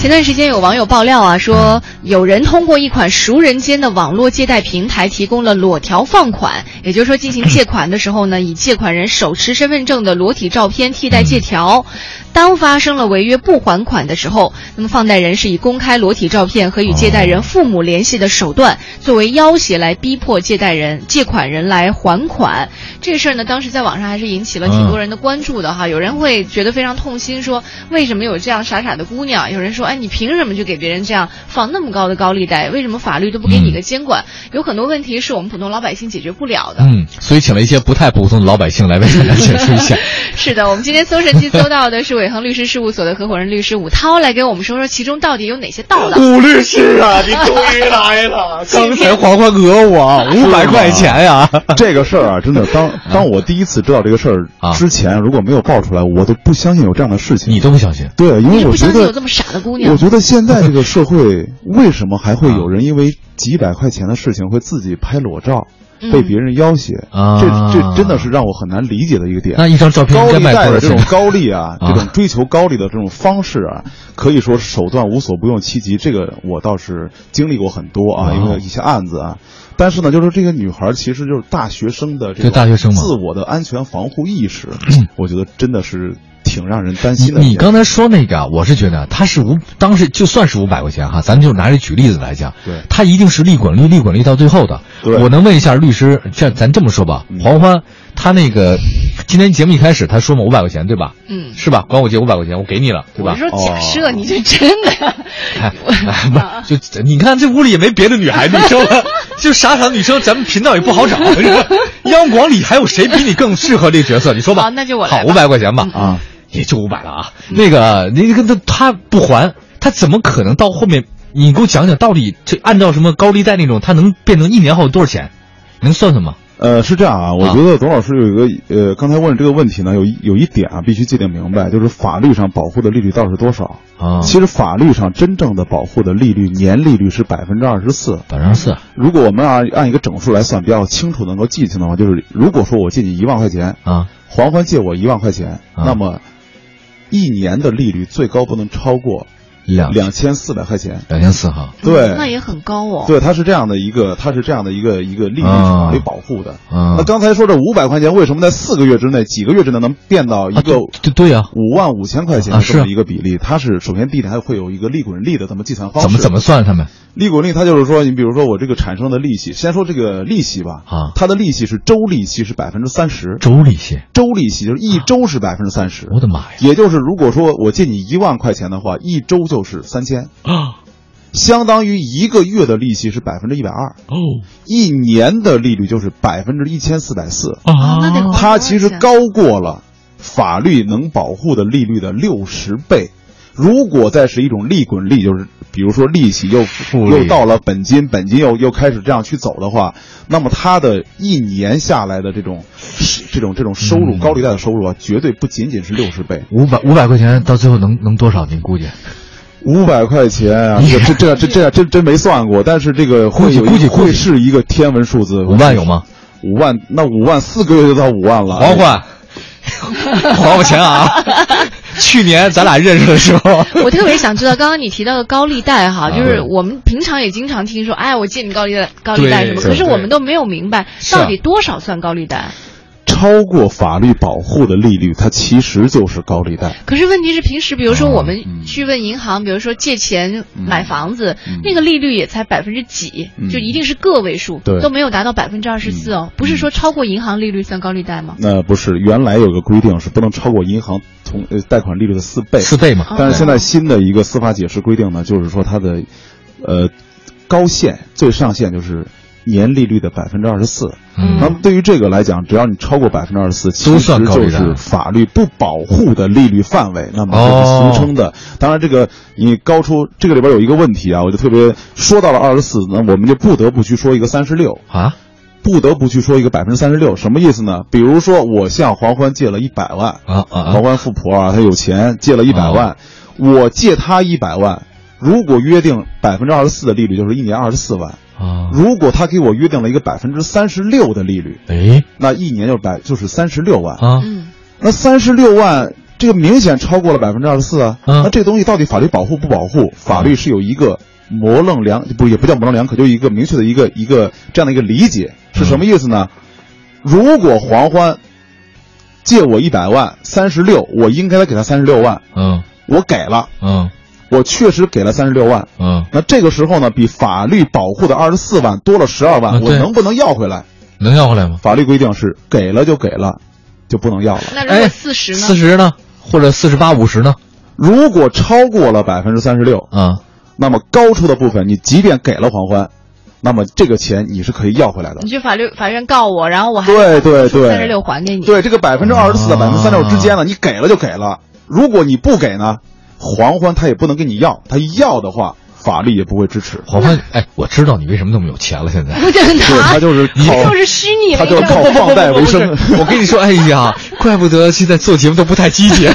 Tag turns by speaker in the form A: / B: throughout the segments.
A: 前段时间有网友爆料啊，说有人通过一款熟人间的网络借贷平台提供了裸条放款，也就是说进行借款的时候呢，以借款人手持身份证的裸体照片替代借条。当发生了违约不还款的时候，那么放贷人是以公开裸体照片和与借贷人父母联系的手段作为要挟来逼迫借贷人、借款人来还款。这个事儿呢，当时在网上还是引起了挺多人的关注的哈。有人会觉得非常痛心，说为什么有这样傻傻的姑娘？有人说，哎，你凭什么就给别人这样放那么高的高利贷？为什么法律都不给你个监管？有很多问题是我们普通老百姓解决不了的。
B: 嗯，所以请了一些不太普通的老百姓来为大家解释一下。
A: 是的，我们今天搜神记搜到的是伟恒律师事务所的合伙人律师武涛来给我们说说其中到底有哪些道道。
C: 武律 师啊，你终于来了！
B: 刚才黄欢讹我五百块钱 呀、
C: 这个事儿啊，真的，当当我第一次知道这个事
B: 啊
C: 儿之前，如果没有爆出来，我都不相信有这样的事情。
B: 你都不相信？
C: 对，因
A: 你
C: 为
A: 是
C: 我
A: 不
C: 觉
A: 相信有
C: 得
A: 这么傻的姑娘
C: 我？觉得现在这个社会，为什么还会 有人因为几百块钱的事情会自己拍裸照，
A: 嗯
C: 被别人要挟？
B: 啊
C: 这这真的是让我很难理解的一个点。
B: 那一张照片
C: 高
B: 应该
C: 利
B: 卖
C: 贷
B: 多少
C: 的这
B: 钱
C: 种？高 利啊，
B: 啊
C: 这种追求高利的这种方式啊，可以说手段无所不用其极。这个我倒是经历过很多
B: 哇
C: 啊，
B: 哦
C: 因为一些案子啊。但是呢，就是这个女孩其实就是大学生的这
B: 对
C: 个
B: 大学生嘛
C: 自我的安全防护 意识，我觉得真的是挺让人担
B: 你
C: 心的一点。
B: 你刚才说那个啊，我是觉得啊他是五，当时就算是五百块钱哈，咱们就拿这举例子来讲，
C: 对
B: 他一定是利滚利，利滚利到最后的。
C: 对
B: 我能问一下律师，这咱这么说吧，
C: 嗯
B: 黄欢他那个今天节目一开始他说嘛，五百块钱对吧？
A: 嗯，
B: 是吧？管我借五百块钱，我给你了，对
A: 我
B: 吧？
A: 是说假设
C: 哦
A: 你是真的，
B: 哎，
A: 我啊
B: 哎 不是，就你看这屋里也没别的女孩女生 了，就傻傻的女生，咱们频道也不好找。是吧央广里还有谁比你更适合这个角色？你说吧。
A: 好那就我来
B: 好，
A: 吧嗯
B: 五百块钱吧。
C: 啊，
B: 也就五百了啊。那个，你跟他他不还，他怎么可能到后面？你给我讲讲，到底这按照什么高利贷那种，他能变成一年后多少钱？能算算吗？
C: 呃，是这样啊，我
B: 啊
C: 觉得董老师有一个呃，刚才问这个问题呢，有一有一点啊，必须界定明白，就是法律上保护的利率到底是多少？
B: 啊
C: 其实法律上真正的保护的利率年利率是百分之二十四。
B: 百分之四
C: 如果我们按按一个整数来算，比较清楚能够记清的话，就是如果说我借你一万块钱，
B: 啊，
C: 黄欢借我一万块钱，
B: 啊
C: 那么一年的利率最高不能超过
B: 两
C: 两千四百块钱。
B: 两千四哈，
C: 对
A: 嗯那也很高哦。
C: 对，它是这样的一个，它是这样的一个一个利率是
B: 啊
C: 法律保护的。
B: 啊
C: 那刚才说这五百块钱为什么在四个月之内、几个月之内能变到一
B: 啊
C: 个
B: 对对对呀
C: 五万五千块钱
B: 啊
C: 的
B: 是
C: 这么一个比例？它是首先第一它会有一个利滚利的这么计算方式。
B: 怎么怎么算他们？
C: 利滚利，它就是说，你比如说我这个产生的利息，先说这个利息吧，
B: 啊
C: 它的利息是周利息是百分之三十，
B: 周利息，
C: 周利息就是一周是百分之三十，
B: 我的妈呀！
C: 也就是如果说我借你一万块钱的话，一周就是三千，
B: 啊
C: 相当于一个月的利息是百分之一百二，
B: 哦
C: 一年的利率就是百分之一千四百四，
A: 啊那得
C: 它其实高过了法律能保护的利率的六十倍。如果再是一种利滚利，就是比如说利息又
B: 复利
C: 又到了本金，本金又又开始这样去走的话，那么它的一年下来的这种这种这种收
B: 嗯
C: 入，高利贷的收入啊，绝对不仅仅是六十倍，
B: 五百五百块钱到最后能能多少？您估计？
C: 五百块钱啊，这个这这这这真真没算过，但是这个
B: 估
C: 会
B: 计
C: 有一
B: 估计估计
C: 会是一个天文数字，
B: 五万有吗？
C: 五万，那五万四个月就到五万了，
B: 还 还，还我钱 啊！去年咱俩认识的时候，
A: 我特别想知道，刚刚你提到的高利贷哈，
B: 啊
A: 就是我们平常也经常听说，哎，我借你高利贷，高利贷
B: 对
A: 什么？
B: 对
A: 可是我们都没有明白
B: 是啊
A: 到底多少算高利贷。
C: 超过法律保护的利率，它其实就是高利贷。
A: 可是问题是，平时比如说我们去问银行，比如说借钱买房子，那个利率也才百分之几，
C: 嗯
A: 就一定是个位数，
C: 对
A: 都没有达到百分之二十四哦。不是说超过银行利率算高利贷吗？
C: 那不是原来有个规定是不能超过银行同呃贷款利率的四 倍，
B: 四倍
A: 啊
B: 嘛，
C: 但是现在新的一个司法解释规定呢，就是说它的，呃，高限最上限就是年利率的百分之二十四。
B: 嗯
C: 那么对于这个来讲，只要你超过百分之二十四，其实
B: 算高利贷
C: 就是法律不保护的利率范围，那
B: 哦
C: 么就是俗称的。当然，这个你高出这个里边有一个问题啊，我就特别说到了二十四，那我们就不得不去说一个三十六。
B: 啊，
C: 不得不去说一个百分之三十六，什么意思呢？比如说，我向黄欢借了一百万，
B: 啊啊啊
C: 黄欢富婆啊，他有钱，借了一百万，我借他一百万，如果约定百分之二十四的利率，就是一年二十四万。
B: 啊，
C: 如果他给我约定了一个百分之三十六的利率，
B: 哎
C: 那一年就百就是三十六万。
B: 啊，
A: 嗯，
C: 那三十六万，这个明显超过了百分之二十四啊。
B: 嗯
C: 那这东西到底法律保护不保护？法律是有一个模棱两不也不叫模棱两可，就一个明确的一个一个这样的一个理解是什么意思呢？如果黄欢借我一百万，三十六，我应该给他三十六万，
B: 嗯
C: 我给了，
B: 嗯
C: 我确实给了三十六万。
B: 嗯，
C: 那这个时候呢，比法律保护的二十四万多了十二万，
B: 啊
C: 我
B: 对
C: 能不能要回来？
B: 能要回来吗？
C: 法律规定是给了就给了，就不能要了。
A: 那如
B: 哎
A: 果四十呢
B: 四？十呢？或者四十八、五十呢？
C: 如果超过了百分之三十六，
B: 啊，
C: 那么高出的部分，你即便给了黄欢，那么这个钱你是可以要回来的
A: 你。去法律法院告我，然后我还
C: 对对
A: 三十
C: 对
A: 六，还给你。
C: 对这个百分之二十四到百分之三十
B: 啊
C: 六之间呢，你给了就给了，如果你不给呢，黄欢他也不能跟你要，他要的话，法律也不会支持。
B: 黄欢，哎，我知道你为什么那么有钱了，现 在。
A: 不正
C: 对，他
A: 常，
C: 就是靠
A: 就是虚拟
C: 他
A: 为
C: 就
A: 证
C: 是靠放贷为生。
B: 我跟你说，哎呀，怪不得现在做节目都不太积极，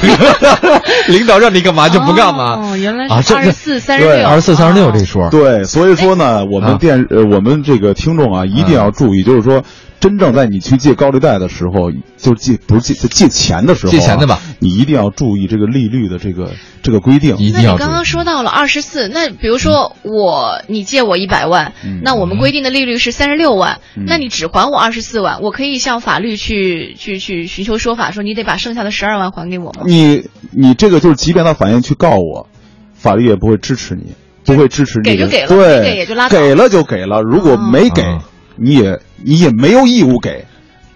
B: 领导让你干嘛就不干嘛。
A: 哦，原来
B: 啊
A: 是
B: 这
A: 二十四、三十
C: 对
A: 六、
B: 二十四、三十六
A: 哦
B: 这说，
C: 对，所以说呢，我
B: 啊嗯
C: 们电呃，我们这个听众啊，一定要注意，就是说，真正在你去借高利贷的时候，就借不是借就借钱的时候啊，
B: 借钱的吧
C: 你一定要注意这个利率的这个这个规定。
B: 一
A: 那
B: 定
A: 你
B: 要注意。
A: 刚刚说到了二十四，那比如说我你借我一百万，
C: 嗯
A: 那我们规定的利率是三十六万，
C: 嗯
A: 那你只还我二十四万，我可以向法律去去去寻求说法，说你得把剩下的十二万还给我吗？
C: 你你这个就是，即便他法院去告我，法律也不会支持你，不会支持你
A: 给
C: 的。
A: 就给了
C: 对，
A: 没给也就拉倒
C: 给了就给了，如果没给，
B: 哦
C: 你也你也没有义务给，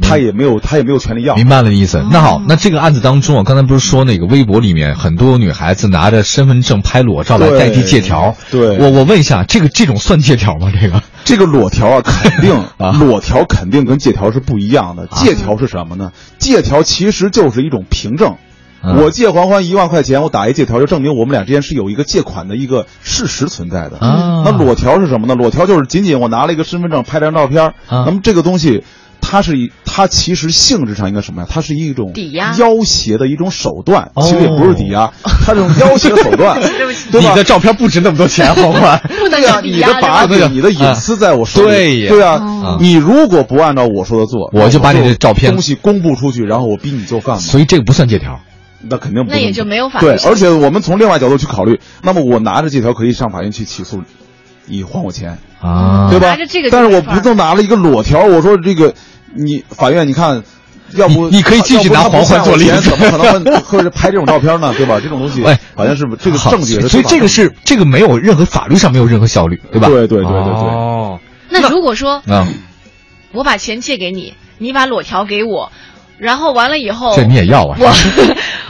C: 他也没有他也没有权利要。
B: 明白了你意思
A: 哦。
B: 那好，那这个案子当中，我啊刚才不是说那个微博里面很多女孩子拿着身份证拍裸照来代替借条。
C: 对对
B: 我我问一下，这个这种算借条吗？这个
C: 这个裸条啊，肯定
B: 啊
C: 裸条肯定跟借条是不一样的。借条是什么呢？借条其实就是一种凭证。
B: 嗯
C: 我借黄欢一万块钱，我打一借条，就证明我们俩之间是有一个借款的一个事实存在的。
B: 啊
C: 那嗯裸条是什么呢？裸条就是仅仅我拿了一个身份证拍张照片儿，
B: 啊
C: 那么这个东西。它是一，它其实性质上应该什么呀？它是一种
A: 抵押
C: 要挟的一种手段，
B: 哦
C: 其实也不是抵押，它是一种要挟的手 段，对吧？
B: 你的照片不值那么多钱，好吗？
A: 不能
C: 对呀、
A: 叫
C: 你
A: 抵押
C: 的把
A: 吧？
B: 对吧
C: 柄、你的隐私在我手里。
B: 啊对呀
C: 对呀、
A: 哦
C: 你如果不按照我说的做，
B: 我就把你的照片
C: 东西公布出去，然后我逼你做饭 嘛，
B: 所以这个不算借条。
C: 那肯定不
A: 那
C: 能
A: 也就没有法律
C: 对。
A: 效力
C: 而且我们从另外角度去考虑，那么我拿着借条可以上法院去起诉，你还我钱，
B: 啊，
C: 对吧？
A: 拿着这个就
C: 但
A: 没法
C: 是我不能拿了一个裸条，我说这个你法院你看。要不
B: 你你可以继续拿
C: 要不他不
B: 黄欢
C: 欠
B: 做
C: 我
B: 例
C: 钱
B: 子
C: 怎么可能会会拍这种照片呢？对吧？这种东西
B: 喂，
C: 好像是这个
B: 好
C: 证据也是非法的，
B: 所以这个是这个没有任何法律上没有任何效率，对吧？
C: 对对对对对
B: 哦，
A: 那如果说
B: 啊，
A: 我把钱借给你，你把裸条给我，然后完了以后，
B: 这你也要啊？
A: 我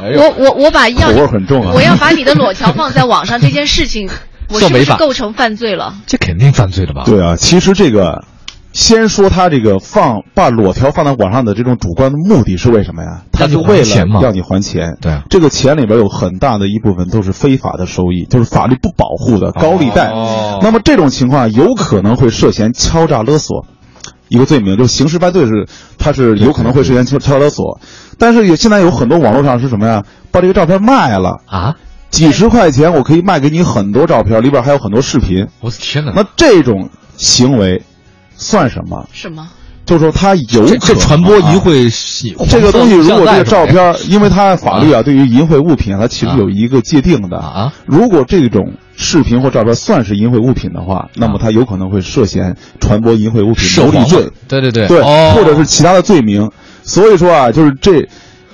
C: 哎呦
A: 我我我把要
C: 口味很重啊。
A: 我要把你的裸条放在网上这件事情，我是
B: 算
A: 不
B: 违
A: 是
B: 法
A: 构成犯罪了？
B: 这肯定犯罪了吧？
C: 对啊，其实这个，先说他这个放把裸条放在网上的这种主观的目的是为什么呀？他是为
B: 让你还钱嘛
C: 了要你还钱。
B: 对啊
C: 这个钱里边有很大的一部分都是非法的收益，就是法律不保护的高利贷。
B: 哦
C: 那么这种情况有可能会涉嫌敲诈勒索。一个罪名就是刑事犯罪是，它是有可能会涉嫌敲敲诈勒索，但是也现在有很多网络上是什么呀？把这个照片卖了，
B: 啊，
C: 几十块钱我可以卖给你很多照片，里边还有很多视频，
B: 我的天哪！
C: 那这种行为算什么？
A: 什么？
C: 就是说他有
B: 这
C: 可
B: 这
C: 能
B: 传播淫
C: 啊。
B: 秽，
C: 这个东西，如果这个照
B: 黄色像带什么的
C: 片，因为它法律啊，对于淫秽物品啊，它其实有一个界定的
B: 啊
C: 如果这种视频或照片算是淫秽物品的话，那么它有可能会涉嫌传播淫秽物品
B: 啊涉
C: 牟利
B: 黄
C: 罪
B: 嘛，对对对
C: 对，
B: 哦
C: 或者是其他的罪名。所以说啊，就是这，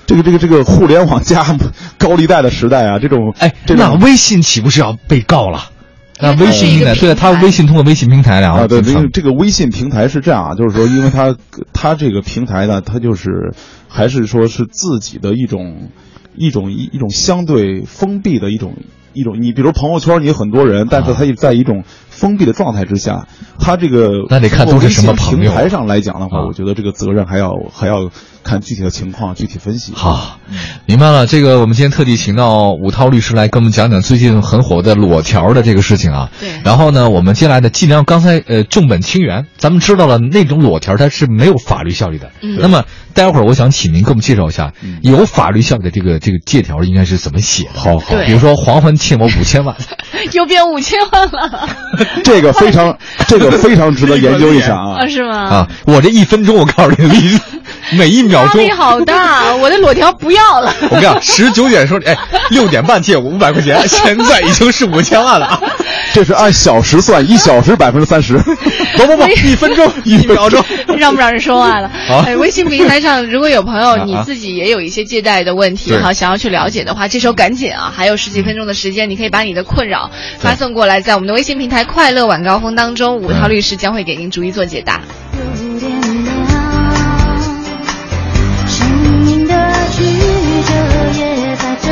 C: 这个这个这个互联网加 高利贷的时代啊，这种
B: 哎，
C: 这哎
B: 那
C: 种
B: 微信岂不是要被告了？那
A: 因为它
B: 微
A: 是
B: 信
A: 一
B: 平
A: 个
B: 台，
A: 平
B: 对他
A: 台
B: 微信通过微信平台然后
C: 啊，对，
B: 进
C: 这
B: 行
C: 个这个微信平台是这样啊，就是说，因为它它这个平台呢，它就是还是说是自己的一种一种一一种相对封闭的一种一种，你比如朋友圈你有很多人，但
B: 啊
C: 是它也在一种封闭的状态之下，它这个
B: 那得看都是什么朋友
C: 微信平台上来讲的话，
B: 啊
C: 我觉得这个责任还要还要看具体的情况具体分析。
B: 好，明白了。这个我们今天特地请到武涛律师来跟我们讲讲最近很火的裸条的这个事情啊。
A: 对
B: 然后呢，我们接下来的尽量刚才呃重本清源，咱们知道了那种裸条它是没有法律效力的。
A: 嗯
B: 那么待会儿我想请您给我们介绍一下
C: 嗯
B: 有法律效力的这个这个借条应该是怎么写的。好
A: 好对
B: 比如说黄欢欠我五千万，
A: 又变五千万了
C: 这个非常这个非常值得研究一下啊
A: 啊？。是吗？
B: 啊，我这一分钟我告诉你， 每一秒
A: 压
B: 钟
A: 力。好大，啊我的裸条不要了。
B: 我跟你讲，十九点说，哎，六点半借我五百块钱，现在已经是五千万了啊！
C: 这是按小时算，一小时百分之 三十，
B: 不不不，一分钟，一秒钟。
A: 让不让人说话了？
B: 好
A: 哎，微信平台上如果有朋友
B: 啊
A: 你自己也有一些借贷的问题
B: 对
A: 哈，想要去了解的话，这时候赶紧啊，还有十几分钟的时间，你可以把你的困扰发送过来，在我们的微信平台“快乐晚高峰”当中，五涛律师将会给您逐一做解答。
D: 有点凉，生命的曲折也在这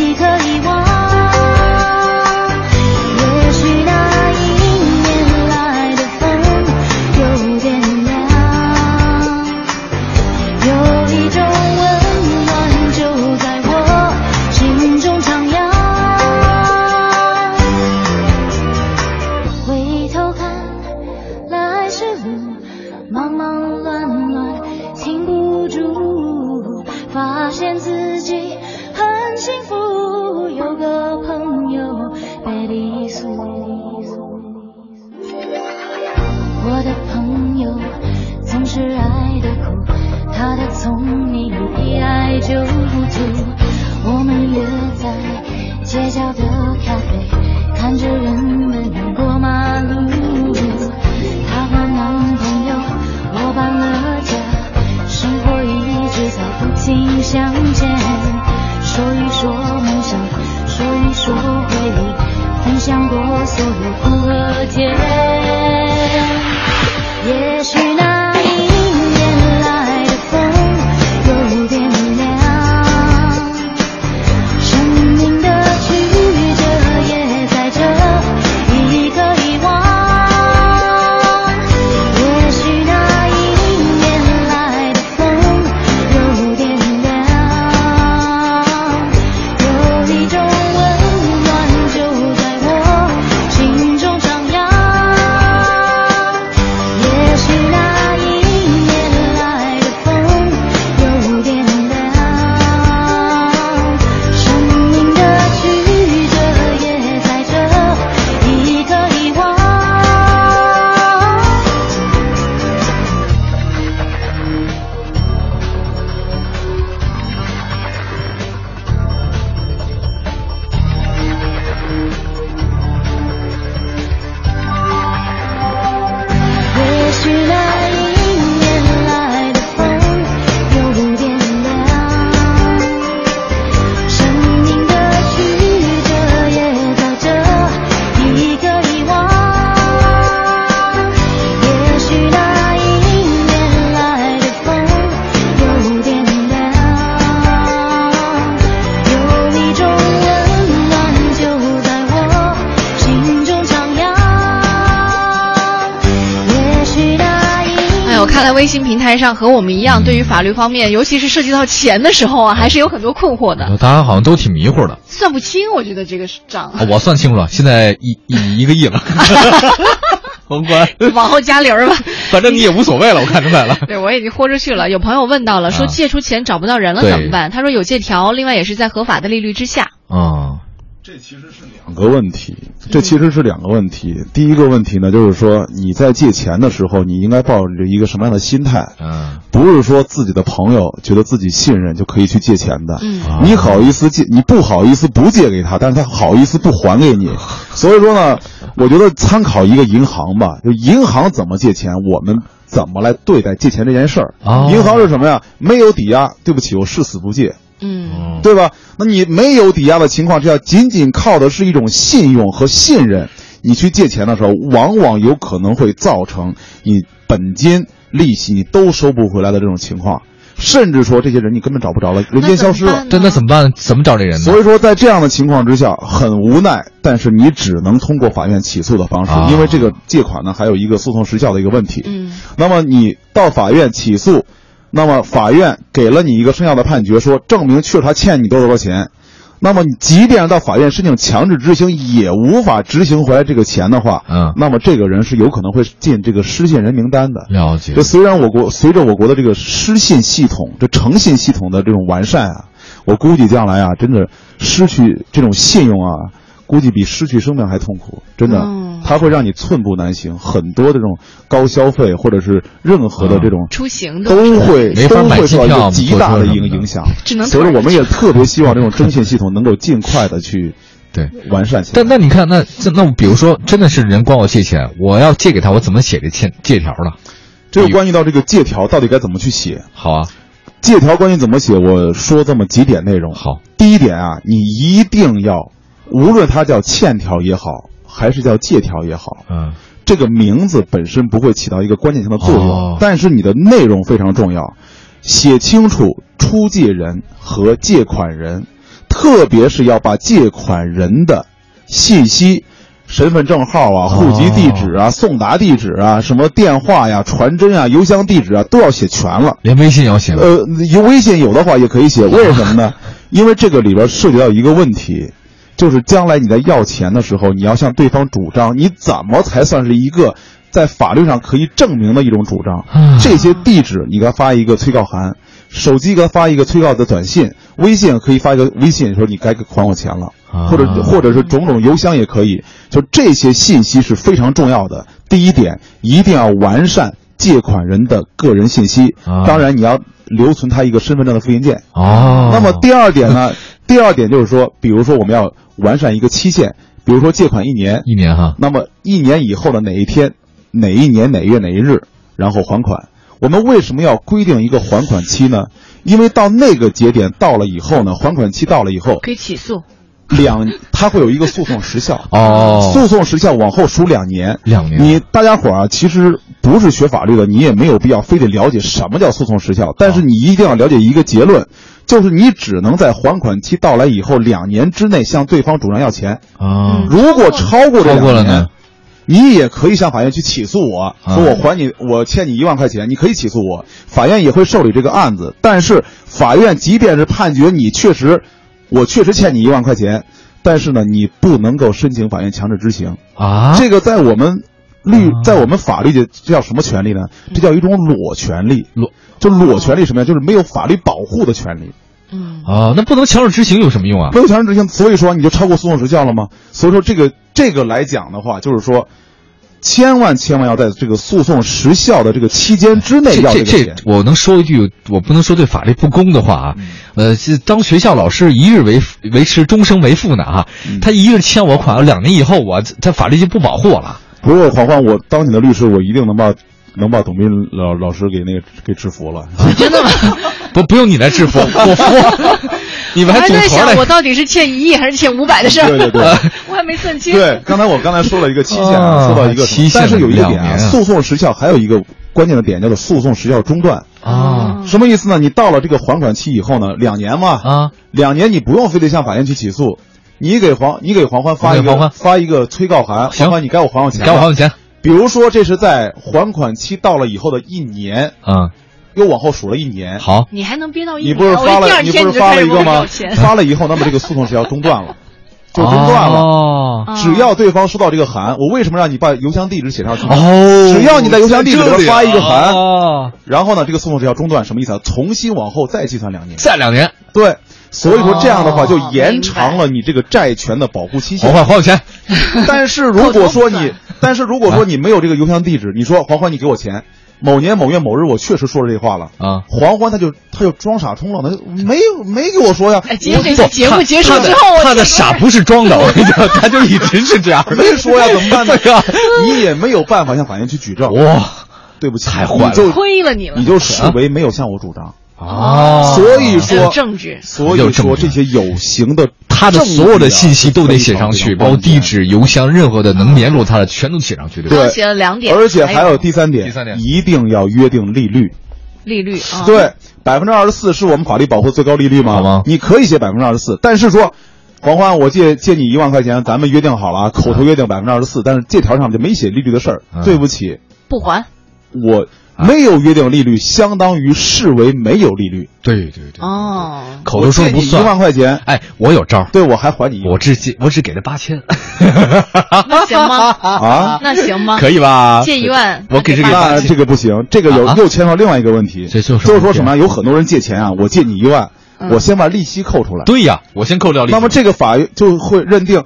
D: 一刻遗忘。也许那一年来的风有点凉，有一种温暖就在我心中徜徉。回头看，来时路忙忙乱乱，停不住，发现自己很幸福，有个朋友被离俗。我的朋友总是爱的苦，他的聪明一爱就吐。我们约在街角的咖啡，看着人们过马路。她换男朋友，我搬了家，生活一直在不停向前。说一说梦想，说一说回忆，分享过所有苦和甜。也许那一年来的风有点凉，生命的曲折也在这一刻遗忘。也许那一年来的风有点凉，有一种温暖就在我心中徜徉。也许那一年来的风有点凉，生命的曲折也在这一刻遗忘。也许那一年来的风有点凉，生命的曲折也在这一刻遗忘。也许那一年来的风有点凉，有一种温暖就在我心中徜徉。也许那一。
A: 哎，我看来微信平台上和我们一样，对于法律方面，尤其是涉及到钱的时候啊，还是有很多困惑 的，
B: 大家好像都挺迷糊的。
A: 算不清。我觉得这个是账，
B: 啊我算清楚了，现在一一一个 亿了，甭管，
A: 往后加零儿吧。
B: 反正你也无所谓了，我看出来了。
A: 对，我已经豁出去了。有朋友问到了，说
B: 啊
A: 借出钱找不到人了
B: 对
A: 怎么办？他说有借条，另外也是在合法的利率之下。
B: 啊，
C: 两个问题，这其实是两个问题。第一个问题呢，就是说你在借钱的时候，你应该抱着一个什么样的心态？
B: 嗯，
C: 不是说自己的朋友觉得自己信任就可以去借钱的。
A: 嗯
B: 啊
C: 你好意思借，你不好意思不借给他，但是他好意思不还给你。所以说呢，我觉得参考一个银行吧，就银行怎么借钱，我们怎么来对待借钱这件事儿。
B: 哦
C: 银行是什么呀？没有抵押，对不起，我誓死不借。
A: 嗯，
B: 嗯
C: 对吧？那你没有抵押的情况之下，仅仅靠的是一种信用和信任，你去借钱的时候，往往有可能会造成你本金、利息你都收不回来的这种情况，甚至说这些人你根本找不着了，人间消失了。
B: 对，那怎么办？怎么找这人呢？
C: 所以说，在这样的情况之下，很无奈，但是你只能通过法院起诉的方式，
B: 啊
C: 因为这个借款呢还有一个诉讼时效的一个问题。
A: 嗯，
C: 那么你到法院起诉，那么法院给了你一个生效的判决，说证明确实他欠你多少多少钱。那么你即便到法院申请强制执行，也无法执行回来这个钱的话，
B: 嗯
C: 那么这个人是有可能会进这个失信人名单的。
B: 了解
C: 这虽然我国随着我国的这个失信系统、这诚信系统的这种完善啊，我估计将来啊，真的失去这种信用啊，估计比失去生命还痛苦，真的
A: 嗯，
C: 它会让你寸步难行。很多这种高消费或者是任何的这种
A: 出行都
C: 都会
B: 嗯没法
C: 都
B: 买
C: 会
B: 机
C: 受到一
B: 票
C: 个极大
B: 坐
C: 的
B: 车什
C: 影
B: 么的
C: 影响，
A: 只能
C: 所以
A: 躺着
C: 我们也特别希望这种征信系统能够尽快的去
B: 对。
C: 完善起来。
B: 但那你看，那这那比如说，真的是人管我借钱，我要借给他，我怎么写这欠借条呢？
C: 这就关系到这个借条到底该怎么去写。
B: 好啊，
C: 借条关于怎么写，我说这么几点内容。
B: 好，
C: 第一点啊，你一定要，无论它叫欠条也好，还是叫借条也好，
B: 嗯，
C: 这个名字本身不会起到一个关键性的作用，
B: 哦
C: 但是你的内容非常重要，写清楚出借人和借款人，特别是要把借款人的信息。身份证号
B: 哦
C: 啊、户籍地址啊、送达地址啊、什么电话呀、传真啊、邮箱地址啊，都要写全了。
B: 连微信也要写吗？
C: 呃，有微信有的话也可以写，为什么呢？因为这个里边涉及到一个问题，就是将来你在要钱的时候，你要向对方主张你怎么才算是一个在法律上可以证明的一种主张。
B: 啊
C: 这些地址你给他发一个催告函，手机给他发一个催告的短信，微信可以发一个微信说你该还我钱了。
B: 啊
C: 呃或者或者是种种邮箱也可以，就这些信息是非常重要的。第一点，一定要完善借款人的个人信息
B: 啊，
C: 当然你要留存他一个身份证的复印件。
B: 哦，
C: 那么第二点呢？第二点就是说，比如说我们要完善一个期限，比如说借款一年，
B: 一年哈，
C: 那么一年以后的哪一天、哪一年、哪月、哪一日，然后还款。我们为什么要规定一个还款期呢？因为到那个节点到了以后呢，还款期到了以后，
A: 可以起诉。
C: 两，它会有一个诉讼时效。
B: 哦
C: 诉讼时效往后数两年。
B: 两年
C: 你大家伙儿啊，其实不是学法律的，你也没有必要非得了解什么叫诉讼时效，但
B: 哦
C: 是你一定要了解一个结论，就是你只能在还款期到来以后两年之内向对方主张要钱。
B: 啊
A: 嗯
C: 如果超过这
B: 超过了
C: 两
B: 呢啊
C: 年，你也可以向法院去起诉我，说我还你，我欠你一万块钱，你可以起诉我，法院也会受理这个案子。但是法院即便是判决你确实，我确实欠你一万块钱，但是呢，你不能够申请法院强制执行。
B: 啊，
C: 这个在我们律
B: 啊，
C: 在我们法律界这叫什么权利呢？这叫一种裸权利。
B: 裸
C: 就裸权利什么呀？就是没有法律保护的权利。
A: 嗯，
B: 啊，那不能强制执行有什么用啊？
C: 没有强制执行，所以说你就超过诉讼时效了吗？所以说这个这个来讲的话，就是说，千万千万要在这个诉讼时效的这个期间之内要
B: 这
C: 个
B: 这
C: 钱嗯
B: 这，。我能说一句，我不能说对法律不公的话啊。呃，是当学校老师一日为维持，终生为父呢啊。
C: 嗯
B: 他一日欠我款，两年以后我他法律就不保护我了。
C: 不过黄欢，我当你的律师，我一定能把能把董斌老老师给那个给制服
B: 啊
C: 了。
A: 真的吗？
B: 不，不用你来制服，我服。你
A: 我
B: 们
A: 还
B: 还组
A: 在
B: 团
A: 想我
B: 来？
A: 到底是欠一亿还是欠五百的事儿，
C: 对对对
A: 我还没算清。
C: 对，刚才我刚才说了一个期限啊，
B: 啊
C: 说到一个
B: 期限
C: 但是有一个点
B: 两年啊
C: 诉讼时效还有一个关键的点叫做诉讼时效中断。
B: 啊
C: 什么意思呢？你到了这个还款期以后呢，两年嘛，
B: 啊，
C: 两年你不用非得向法院去起诉，你给黄你给黄欢发一
B: 我给黄
C: 个
B: 欢
C: 发一个催告函，
B: 行
C: 黄欢你该我还我钱
B: 给我还我
C: 了。
B: 钱
C: 比如说这是在还款期到了以后的一年，
B: 啊！
C: 又往后数了一年。
B: 好，
A: 你还能憋到一
C: 你
A: 年？
C: 不是发
A: 我第
C: 了
A: 二
C: 你
A: 天
C: 不
A: 你
C: 是
A: 就
C: 发
A: 开
C: 了
A: 始
C: 一
A: 跟我
C: 个吗
A: 要钱？
C: 发了以后，那么这个诉讼是要中断了，就中断了。
B: 哦
A: 啊
C: 只要对方收到这个函，我为什么让你把邮箱地址写上去呢？
B: 哦，
C: 只要你在邮箱地址上发一个函
B: 哦
C: 然后呢，这个诉讼是要中断，什么意思啊？重新往后再计算两年。
B: 再两年，
C: 对，所以说这样的话
A: 哦
C: 就延长了你这个债权的保护期
B: 还
C: 限。
B: 还还我钱。
C: 但是如果说
A: 扣多
C: 你
A: 少，
C: 但是如果说你没有这个邮箱地址，你说黄欢，你给我钱，某年某月某日我确实说了这话了
B: 啊
C: 黄欢他就他就装傻充愣，他就没有没给我说呀，
A: 哎，今天这
B: 不
A: 期节目
B: 他
A: 结束
B: 他的
A: 之后，我
B: 他的
A: 就
B: 傻不是装 的，我跟你讲，他就一直是这样的。？
C: 没说呀，怎么办呢
B: 对呀、
C: 你也没有办法向法院去举证，
B: 哇
C: 对不起，
B: 太坏了
C: 你就
A: 亏了你了
C: 你就视为没有向我主张。
B: 啊
C: 所以
A: 这有
C: 说
A: 政治
C: 所以
B: 有证
C: 说
B: 据
C: 这些有形的
B: 他的
C: 证据啊
B: 所有的信息都得写上去，
C: 是非常
B: 包括地
C: 关键
B: 址、邮箱，任何的能联络他的全都写上去，对吧？
A: 刚
C: 对
A: 写了两点，
C: 而且还有第三点，
B: 第三点
C: 一定要约定利率。
A: 利率啊，
C: 对，百分之二十四是我们法律保护最高利率吗？
B: 好吗
C: 你可以写百分之二十四，但是说，黄欢，我借借你一万块钱，咱们约定好了啊，口头约定百分之二十四，但是借条上就没写利率的事儿。
B: 嗯啊
C: 对不起，
A: 不还
C: 我没有约定利率，相当于视为没有利率。
B: 对对对，
A: 哦，
B: 口头说
C: 我借
B: 不
C: 你一万
B: 算。
C: 块钱，
B: 哎，我有招儿，
C: 对我还还你一
B: 我
C: 万
B: 只借我只给他八 千，
A: 那行吗？
C: 啊？
A: 那行吗？
B: 可以吧？
A: 借一万，
B: 我给这个
A: 那
C: 那
A: 八千
C: 这个不行，这个有
B: 啊
C: 又牵到另外一个问题，
B: 这就是
C: 就是说什么呀？有很多人借钱啊，我借你一万，
A: 嗯
C: 我先把利息扣出来。
B: 对呀，我先扣掉利息。
C: 那么这个法院就会认定，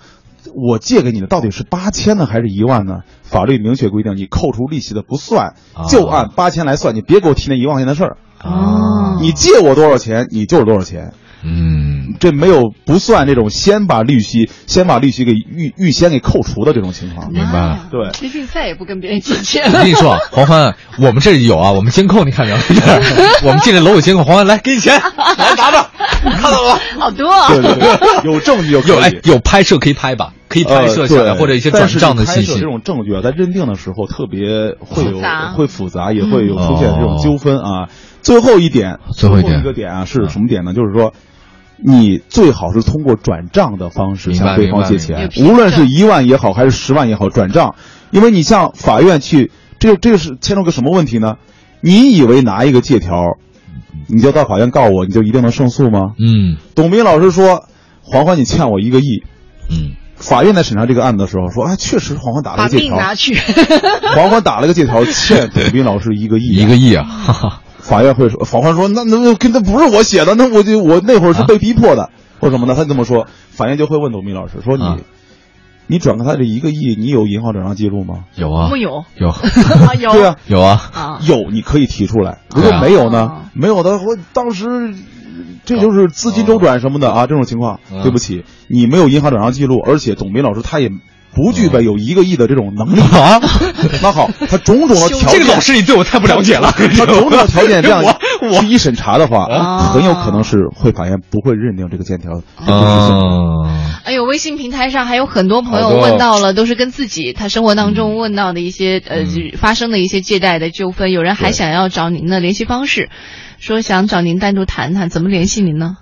C: 我借给你的到底是八千呢还是一万呢？法律明确规定，你扣除利息的不算，
B: 啊
C: 就按八千来算，你别给我提那一万块钱的事儿。
B: 啊
A: 哦，
C: 你借我多少钱，你就是多少钱，
B: 嗯，
C: 这没有不算这种先把利息先把利息给预预先给扣除的这种情况。
B: 明白了
C: 对
A: 最近再也不跟别人借钱
B: 我
A: 了。
B: 跟你说，啊黄欢，我们这儿有啊，我们监控，你看没有？我们进这楼有监控，黄欢来给你钱，来拿着，看到 了吧？
A: 好多、啊，
C: 对对对，有证据就可以。
B: 有哎，有拍摄可以拍吧？可以拍摄下来，
C: 呃对
B: 或者一些
C: 但
B: 转
C: 是
B: 账的
C: 拍
B: 信
C: 摄
B: 息
C: 这。种证据啊，在认定的时候特别会有
A: 复杂
C: 会复杂，也会有
B: 嗯
C: 出现这种纠纷啊。最后一点，
B: 最后一点
C: 一个点啊，是什么点呢？就是说。你最好是通过转账的方式
B: 明白
C: 向对
B: 明
C: 方
B: 白
C: 借
A: 明
C: 钱
A: 白，有凭
C: 无论
A: 证
C: 是一万也好，还是十万也好，转账，因为你向法院去，这这个是牵扯个什么问题呢？你以为拿一个借条，嗯你就到法院告我，你就一定能胜诉吗？
B: 嗯
C: 董斌老师说，黄欢，你欠我一个亿，
B: 嗯，
C: 法院在审查这个案子的时候说，啊，确实黄欢打了
E: 把
C: 个借
E: 命
C: 条，
E: 拿 去。
C: 黄欢打了个借条，欠董斌老师一个亿。
B: 一个，亿啊，哈哈，
C: 法院会说，黄欢说，那那那跟那不是我写的，那我就我那会儿是被逼迫的，或什么呢？他这么说，法院就会问董斌老师说你，
B: 啊
C: 你转给他这一个亿，你有银行转账记录吗？
B: 有啊
A: 木，有
B: 有
A: 啊有
C: 对啊，
B: 有啊，
A: 啊，
C: 有你可以提出来，如果没有呢？没有的，我当时。这就是资金周转什么的啊，这种情况，
B: 嗯
C: 对不起，你没有银行转账记录，而且董斌老师他也不具备有一个亿的这种能力
B: 啊，
C: 那好，他种种的条件，
B: 这个老师你对我太不了解 了。
C: 他种种 的条件这样
B: 我我
C: 去一审查的话，
A: 啊
C: 很有可能是会法院不会认定这个欠条的不是信用。
B: 啊，
A: 哎呦，微信平台上还有很多朋友
B: 好
C: 啊
B: 多
A: 问到了，都是跟自己他生活当中问到的一些、呃
B: 嗯
A: 就是发生的一些借贷的纠纷，有人还
C: 对
A: 想要找您的联系方式，说想找您单独谈谈，怎么联系您呢？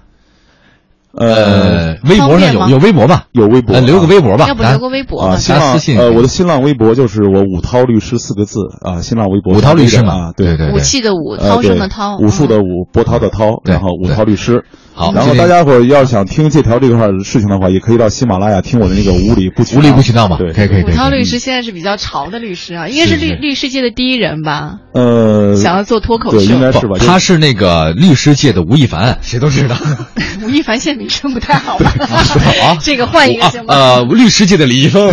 C: 呃，
B: 呃，微博
A: 方
B: 上
A: 便吗
B: 有有微博吧？
C: 有微博啊
B: 呃，留个微博吧，
A: 要不
B: 咱
A: 留个微博吧？
C: 啊，新
B: 大家
C: 浪
B: 私信
C: 呃，我的新浪微博就是我武涛律师四个字啊，新浪微博
B: 武涛律师
C: 啊
B: 嘛，，
C: 对。
B: 对
A: 武
B: 对，
A: 器的武，
C: 呃
A: 涛
C: 对
A: 声的涛，
C: 武术的
A: 嗯
C: 武，波涛的涛，
B: 对
C: 然后武涛律师。
B: 好
C: 然后
B: 这个
C: 大家伙儿要想听借条这块儿事情的话，也可以到喜马拉雅听我的那个无理不
B: 无理不取闹嘛，可
C: 对
B: 以可以可以。
A: 武涛律师现在是比较潮的律师啊，应该是
B: 嗯是
A: 律
B: 是
A: 律师界的第一人吧？
C: 呃，
A: 想要做脱口
C: 对
A: 秀
C: 应，该
B: 不
C: 是吧就是
B: 他是那个律师界的吴亦凡，谁都知道。
A: 吴亦凡现在名声不太好吧？
B: 啊
A: 这个换一个
B: 啊
A: 行吗？
B: 呃，律师界的李易峰，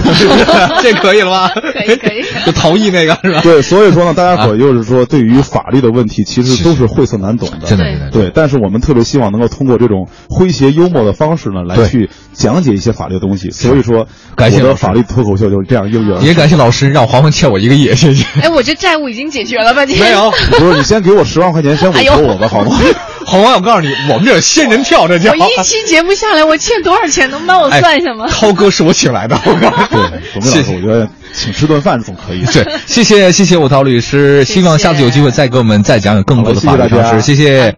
B: 这可以了吧？
A: 可以可以。
B: 就陶艺那个是吧？
C: 对，所以说呢，大家伙儿就是说，对于法律的问题，其
B: 啊是
C: 实都是晦涩难懂的。
B: 真的
A: 对
B: 真的，
C: 对，但是我们特别希望能够通过这种诙谐幽默的方式呢，来
B: 对
C: 去讲解一些法律的东西。所以说，
B: 感谢
C: 我
B: 老
C: 的
B: 师
C: 法律脱口秀就是这样应运而
B: 也
C: 生。
B: 感谢老师让黄黄欠我一个亿，谢谢。
A: 哎，我这债务已经解决了吧？你
B: 没有，啊
C: 不是，你先给我十万块钱，先委
A: 哎
C: 托
A: 呦
C: 我吧，好吗？
B: 黄啊黄，我告诉你，我们这有仙人跳，这叫
A: 我。一期节目下来，我欠多少钱？能帮我
B: 啊哎
A: 算一下吗？
B: 涛哥是我请来的，我
C: 对
B: 告诉，
C: 董
B: 你，谢
C: 明老
B: 谢
C: 师，我。觉得请吃顿饭总可以。
B: 对，谢谢谢谢武涛律师，
A: 谢谢
B: 希望下次有机会再给我们再讲讲更多的法
C: 好
B: 律
C: 谢谢
B: 常
C: 大
B: 识，
C: 家
B: 谢谢。